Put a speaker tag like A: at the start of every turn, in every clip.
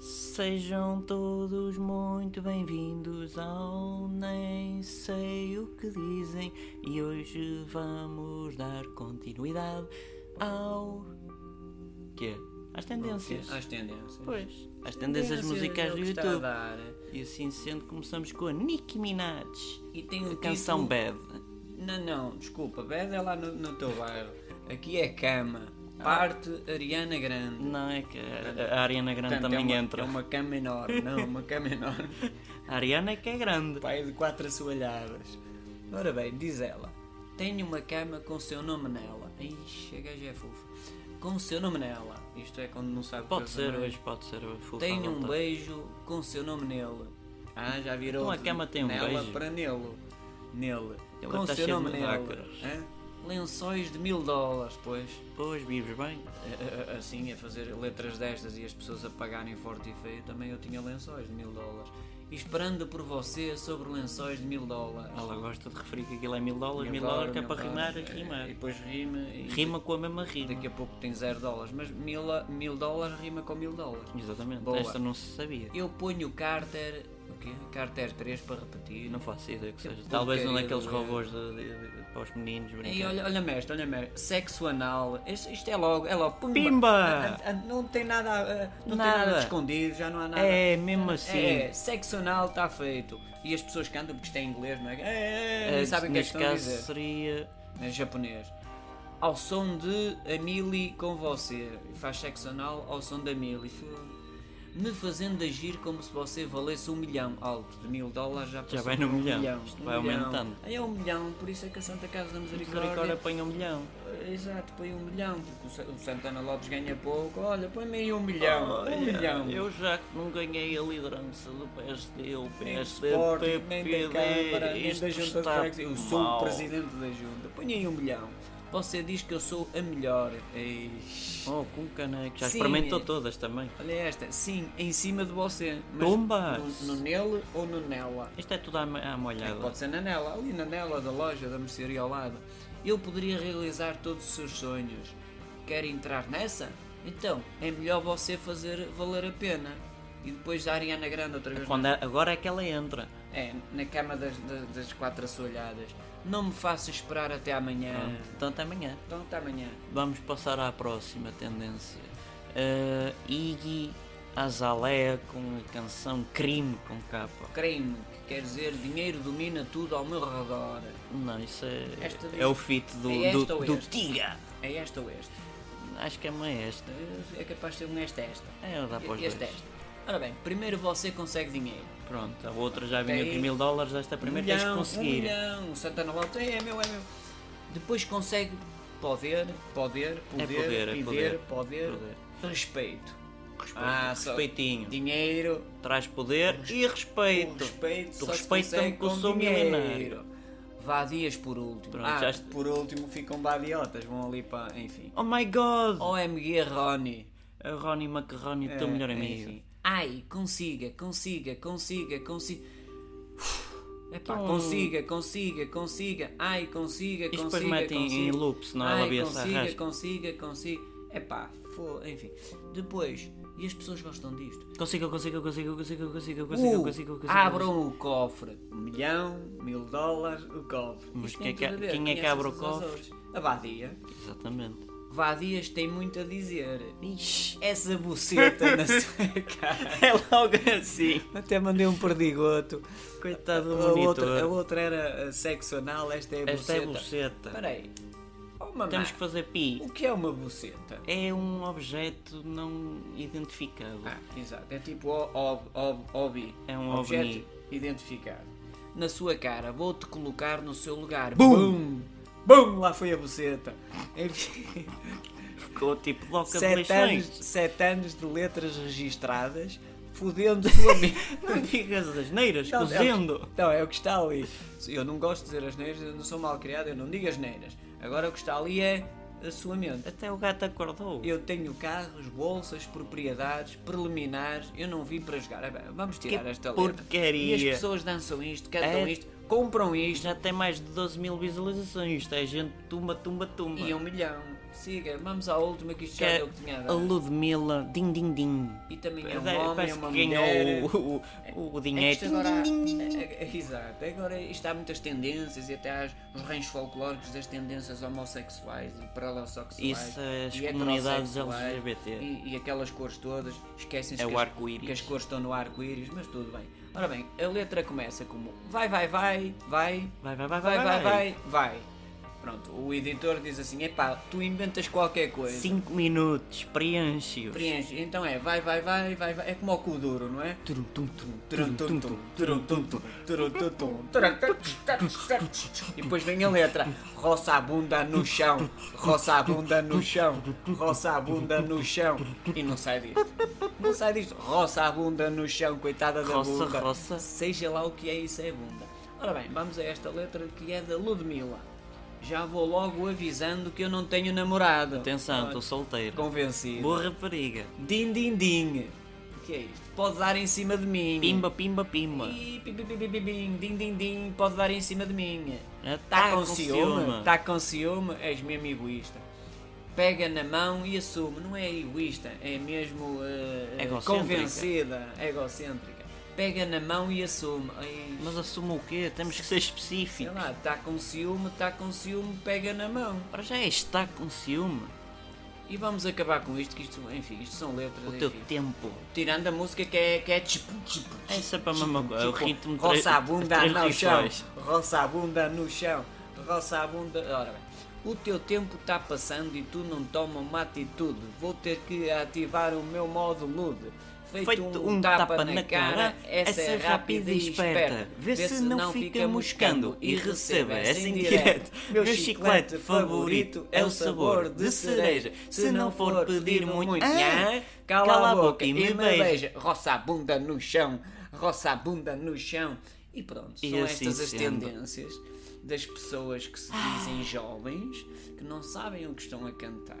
A: Sejam todos muito bem-vindos ao Nem Sei O Que Dizem e hoje vamos dar continuidade ao. quê? Às tendências.
B: Às tendências.
A: Pois, às tendências
B: Tendências
A: musicais
B: é o
A: do
B: que está a
A: YouTube.
B: dar.
A: E assim sendo, começamos com a Nicki Minaj,
B: E tem o
A: a canção
B: título-
A: Bad.
B: Não, não, desculpa, bed é lá no, no teu bairro. Aqui é cama. Parte Ariana Grande.
A: Não é que a a Ariana Grande
B: Portanto,
A: também
B: é uma,
A: entra.
B: É uma cama enorme, não, é uma cama enorme.
A: A Ariana é que é grande.
B: Pai de quatro assoalhadas. Ora bem, diz ela. Tenho uma cama com o seu nome nela. Ixi, a gaja é fofa. Com o seu nome nela. Isto é quando não sabe
A: Pode
B: casar,
A: ser
B: não é?
A: hoje, pode ser hoje. tá?
B: Tenho um beijo com o seu nome nele. Ah, já virou.
A: Então a
B: de
A: cama tem um
B: nela
A: beijo?
B: para nele. Nele.
A: Ele
B: com o
A: está
B: seu
A: cheio
B: nome
A: de
B: nele.
A: lacres.
B: Hã? Lençóis de mil dólares, pois.
A: Pois, vives bem?
B: A- a- Assim, a fazer letras destas e as pessoas a pagarem forte e feio, também eu tinha lençóis de mil dólares. E esperando por você sobre lençóis de mil dólares.
A: Ela gosta de referir que aquilo é mil dólares, mil dólares que é
B: mil
A: para rimar
B: dólares,
A: e
B: é,
A: rimar.
B: E depois rima e
A: Rima com a mesma
B: daqui
A: rima.
B: a pouco tem zero dólares. Mas mil, a- mil dólares rima com mil dólares.
A: Exatamente,
B: Boa.
A: esta não se sabia.
B: Eu ponho o Carter. O quê? Carter 3 para repetir.
A: Não faço ideia que
B: Que
A: seja. Talvez um
B: porcaria
A: daqueles
B: do
A: robôs de, de- de- para os meninos
B: Ei,
A: brincar.
B: olha, olha mestre, olha mestre, sexo anal, isto, isto é logo, é logo, pumba!
A: Pimba!
B: Ah, ah, não tem nada, ah, não tem
A: Nada.
B: nada de escondido, já não há nada.
A: É, mesmo assim.
B: É, sexo anal está feito. E as pessoas cantam porque isto é em inglês, não é? É, é, é,
A: Eh,
B: nem sabem o que é que
A: neste
B: estão a
A: caso
B: dizer.
A: seria.
B: É japonês. Ao som de a Millie com você. E Faz sexo anal ao som da Millie. Fu- Me fazendo agir como se você valesse um milhão. Alto, de mil dólares já passou
A: vai no
B: para um
A: milhão.
B: milhão.
A: Isto
B: um
A: vai
B: milhão.
A: aumentando.
B: Aí É um milhão, por isso é que a Santa Casa da
A: Misericórdia
B: Misericórdia
A: apanha um milhão.
B: Exato, põe um milhão, porque o Sa- o Santana Lopes ganha pouco. Olha, põe-me aí um milhão, um milhão.
A: Eu já que não ganhei a liderança do PSD, o
B: Nem do
A: PSD,
B: Sporting, nem da Câmara,
A: PPD,
B: nem
A: isto
B: da Junta de
A: está
B: Freguesia. Eu sou o
A: mau.
B: presidente da Junta, põe aí um milhão. Você diz que eu sou a melhor. Eish.
A: Oh, com caneco. Já
B: Sim,
A: experimentou
B: é.
A: todas também.
B: Olha esta, sim, em cima de você. Mas
A: Pumba!
B: No, no nele ou no nela?
A: Isto é tudo à, à molhada.
B: Pode ser na Nela, ali na Nela da loja da mercearia ao lado. Eu poderia realizar todos os seus sonhos. Quer entrar nessa? Então, é melhor você fazer valer a pena. E depois da Ariana Grande outra vez.
A: Quando é- agora é que ela entra.
B: É, na cama das, das, das quatro assoalhadas. Não me faça esperar até amanhã.
A: Pronto, Então até amanhã.
B: Então até amanhã.
A: Vamos passar à próxima tendência. Eh, Iggy Azalea com a canção Crime com capa.
B: Creme, que quer dizer dinheiro domina tudo ao meu redor.
A: Não, isso é,
B: Esta diz-
A: é o fit do,
B: é esta
A: do,
B: ou
A: do
B: esta?
A: Tiga.
B: É esta ou esta?
A: Acho que é uma esta.
B: É capaz de ser um esta esta.
A: É, dá para os
B: este
A: dois.
B: esta. Ora bem, primeiro você consegue dinheiro.
A: Pronto, a outra já vinha
B: Ok.
A: com mil dólares, esta é primeira tens que
B: milhão, Um
A: conseguir.
B: milhão, o Santana Lopes, é, é meu, é meu. Depois consegue poder, poder, poder,
A: poder, é
B: poder,
A: poder,
B: poder, respeito. Ah, só-
A: Respeitinho.
B: Dinheiro,
A: Traz poder e
B: o
A: respeito.
B: respeito,
A: Tu
B: só se
A: respeita-me
B: consegue
A: que eu
B: com
A: sou milionário.
B: dinheiro. Vadias por último.
A: Pronto,
B: ah,
A: já está.
B: por último ficam badiotas, vão ali para, enfim.
A: Oh my god!
B: OMG Rony.
A: A Ronnie Macaroni, o teu melhor
B: É,
A: amigo.
B: enfim. Ai, consiga, consiga, consiga, consiga. Epá,
A: Então-
B: consiga, consiga, consiga, ai, consiga,
A: depois
B: consiga,
A: mete em- é? em
B: consiga.
A: loop, senão ela
B: Ai,
A: via-se à
B: consiga,
A: rasca.
B: consiga, consiga, epá, fo... enfim. Depois, e as pessoas gostam disto?
A: Consigo, consigo, consigo, consigo, consigo,
B: Uh,
A: consigo, consigo, consigo.
B: abram o cofre, um milhão, mil dólares, o cofre.
A: Mas
B: Isto
A: quem é
B: tem
A: que-
B: tudo a ver,
A: quem é que
B: conheces
A: abre o
B: os
A: cofre?
B: Açores. A Badia.
A: Exatamente.
B: Vadias tem muito a dizer.
A: Ixi,
B: Essa buceta na sua cara.
A: é logo assim.
B: Até mandei um perdigoto.
A: Coitado do
B: a,
A: monitor.
B: outra, a outra era uh, sexo anal, esta é a
A: Esta é
B: buceta.
A: buceta.
B: Espera aí. Oh, mamãe,
A: Temos que fazer pi.
B: o que é uma buceta?
A: É um objeto não identificado.
B: Ah, exato. É tipo o- ob- ob- obi.
A: É um
B: Objeto
A: ovni.
B: identificado. Na sua cara, vou-te colocar no seu lugar.
A: Bum!
B: Bum! Bum! Lá foi a buceta. Enfim,
A: Ficou tipo loca de
B: sete, anos,
A: leixões.
B: sete anos de letras registradas, fodendo sua mente.
A: Não digas as neiras,
B: Não, É o
A: cozendo.
B: que, não, é o que está ali. Eu não gosto de dizer as neiras, eu não sou mal criado, eu não digo as neiras. Agora o que está ali é a sua mente.
A: Até o gato acordou.
B: Eu tenho carros, bolsas, propriedades, preliminares, eu não vim para jogar. Ah, bem, Vamos tirar
A: Que
B: esta letra.
A: porcaria.
B: E as pessoas dançam isto, cantam
A: É.
B: isto, compram isto
A: Já tem mais de 12 mil visualizações. Isto é gente tumba, tumba, tumba.
B: e um milhão. Siga, vamos à última que isto
A: Que
B: já
A: é
B: deu o que tinha né? a
A: a
B: dar.
A: Ludmilla, din din din.
B: E também é um homem, é
A: Parece
B: uma
A: que
B: mulher.
A: ganhou o, o, o dinheiro.
B: É que isto agora há- é- é- Exato, agora isto há muitas tendências e até há os- os reis folclóricos das tendências homossexuais e paralelsexuais.
A: Isso, as
B: e
A: comunidades
B: heterossexuais
A: LGBT.
B: E, e aquelas cores todas, esquecem-se
A: É
B: que,
A: o
B: as-
A: arco-íris.
B: que as cores estão no arco-íris, mas tudo bem. Ora bem, a letra começa como vai, vai, vai, vai,
A: Vai, vai, vai,
B: vai, vai,
A: vai,
B: vai, vai. Pronto, o editor diz assim, epá, tu inventas qualquer coisa.
A: 5 minutos, preenche-os.
B: Preenche, então é, vai, vai, vai, vai, vai. É como o cu duro, não é?
A: Turum, tum, tum, turum, tum, tum.
B: E depois vem a letra Roça a bunda no chão Roça a bunda no chão Roça a bunda no chão E não sai disto Não sai disto Roça a bunda no chão Coitada da
A: Roça,
B: bunda
A: roça.
B: Seja lá o que é isso é bunda Ora bem, vamos a esta letra que é da Ludmilla Já vou logo avisando que eu não tenho namorado
A: Atenção,
B: Olha,
A: estou solteiro.
B: Convencido
A: Boa rapariga.
B: Din din din O que é isto? Pode dar em cima de mim
A: Pimba, pimba, pimba.
B: Ih, pi, pi, pi, pi, pi, bim, Din, din, din, pode dar em cima de mim.
A: É, tá
B: Tá com
A: com
B: ciúme?
A: ciúme.
B: Tá com ciúme? És mesmo egoísta. Pega na mão e assume. Não é egoísta, é mesmo eh, eh,
A: Egocêntrica.
B: convencida, egocêntrica. Pega na mão e assume. Ai,
A: Mas tipo, assuma o quê? Temos que ser
B: sei
A: específicos.
B: lá, tá com ciúme, tá com ciúme, pega na mão.
A: Para já é estar com ciúme.
B: E vamos acabar com isto, que isto, enfim, isto são letras.
A: O teu
B: enfim.
A: tempo.
B: Tirando a música que é, que é tipo, tipo,
A: É sempre a mesma coisa, o ritmo de
B: Roça a
A: três-
B: bunda
A: três
B: no chão.
A: rituais.
B: Roça a bunda no chão. Roça a bunda. Ora bem. O teu tempo está passando e tu não toma uma atitude. Vou ter que ativar o meu modo lude. Feito, um, tapa, na cara, essa é rápida e esperta.
A: Vê se não fica moscando e receba essa indireta.
B: É assim Meu chiclete favorito é o sabor de cereja. Se não for pedir muito, nhá, cala a boca e me beija beija, roça a bunda no chão, roça a bunda no chão. E pronto,
A: E
B: são
A: assim
B: estas as
A: sendo.
B: tendências das pessoas que se dizem jovens, que não sabem o que estão a cantar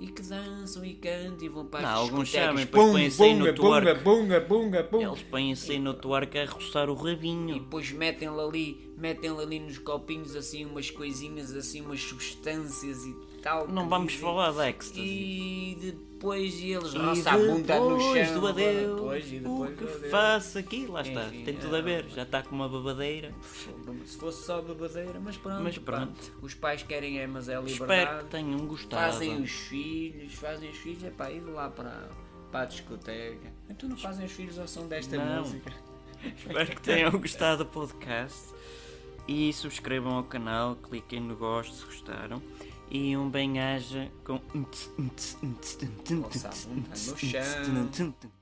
B: e que dançam e cantam e vão para
A: Não,
B: as
A: alguns
B: discotecas.
A: sabem, depois
B: Bum,
A: põem-se aí no
B: bunga, bunga,
A: twerk.
B: bunga, bunga, bunga.
A: Eles põem-se aí no tuarca a é roçar o
B: E
A: rabinho.
B: depois metem-lhe ali, metem-lhe ali nos copinhos assim umas coisinhas, assim umas substâncias e tal.
A: Não
B: que
A: vamos
B: dizem.
A: falar de ecstasy.
B: E depois eles
A: E
B: roçam a bunda no
A: depois
B: chão.
A: do adeus,
B: depois, e depois
A: o
B: do
A: que
B: adeus.
A: faço aqui? Lá está,
B: Enfim,
A: tem tudo
B: é,
A: a ver, já está com uma babadeira.
B: Se fosse só babadeira, mas pronto.
A: Mas
B: pá.
A: pronto.
B: Os pais querem é, mas é
A: Espero
B: liberdade.
A: que tenham gostado.
B: Fazem os filhos, fazem os filhos, é pá, ir lá para, para a discoteca. Então não fazem os filhos ao som desta
A: Não.
B: música.
A: Espero que tenham gostado do podcast. E subscrevam ao canal, cliquem no gosto se gostaram. E um bem-aja com.
B: bunda no chão.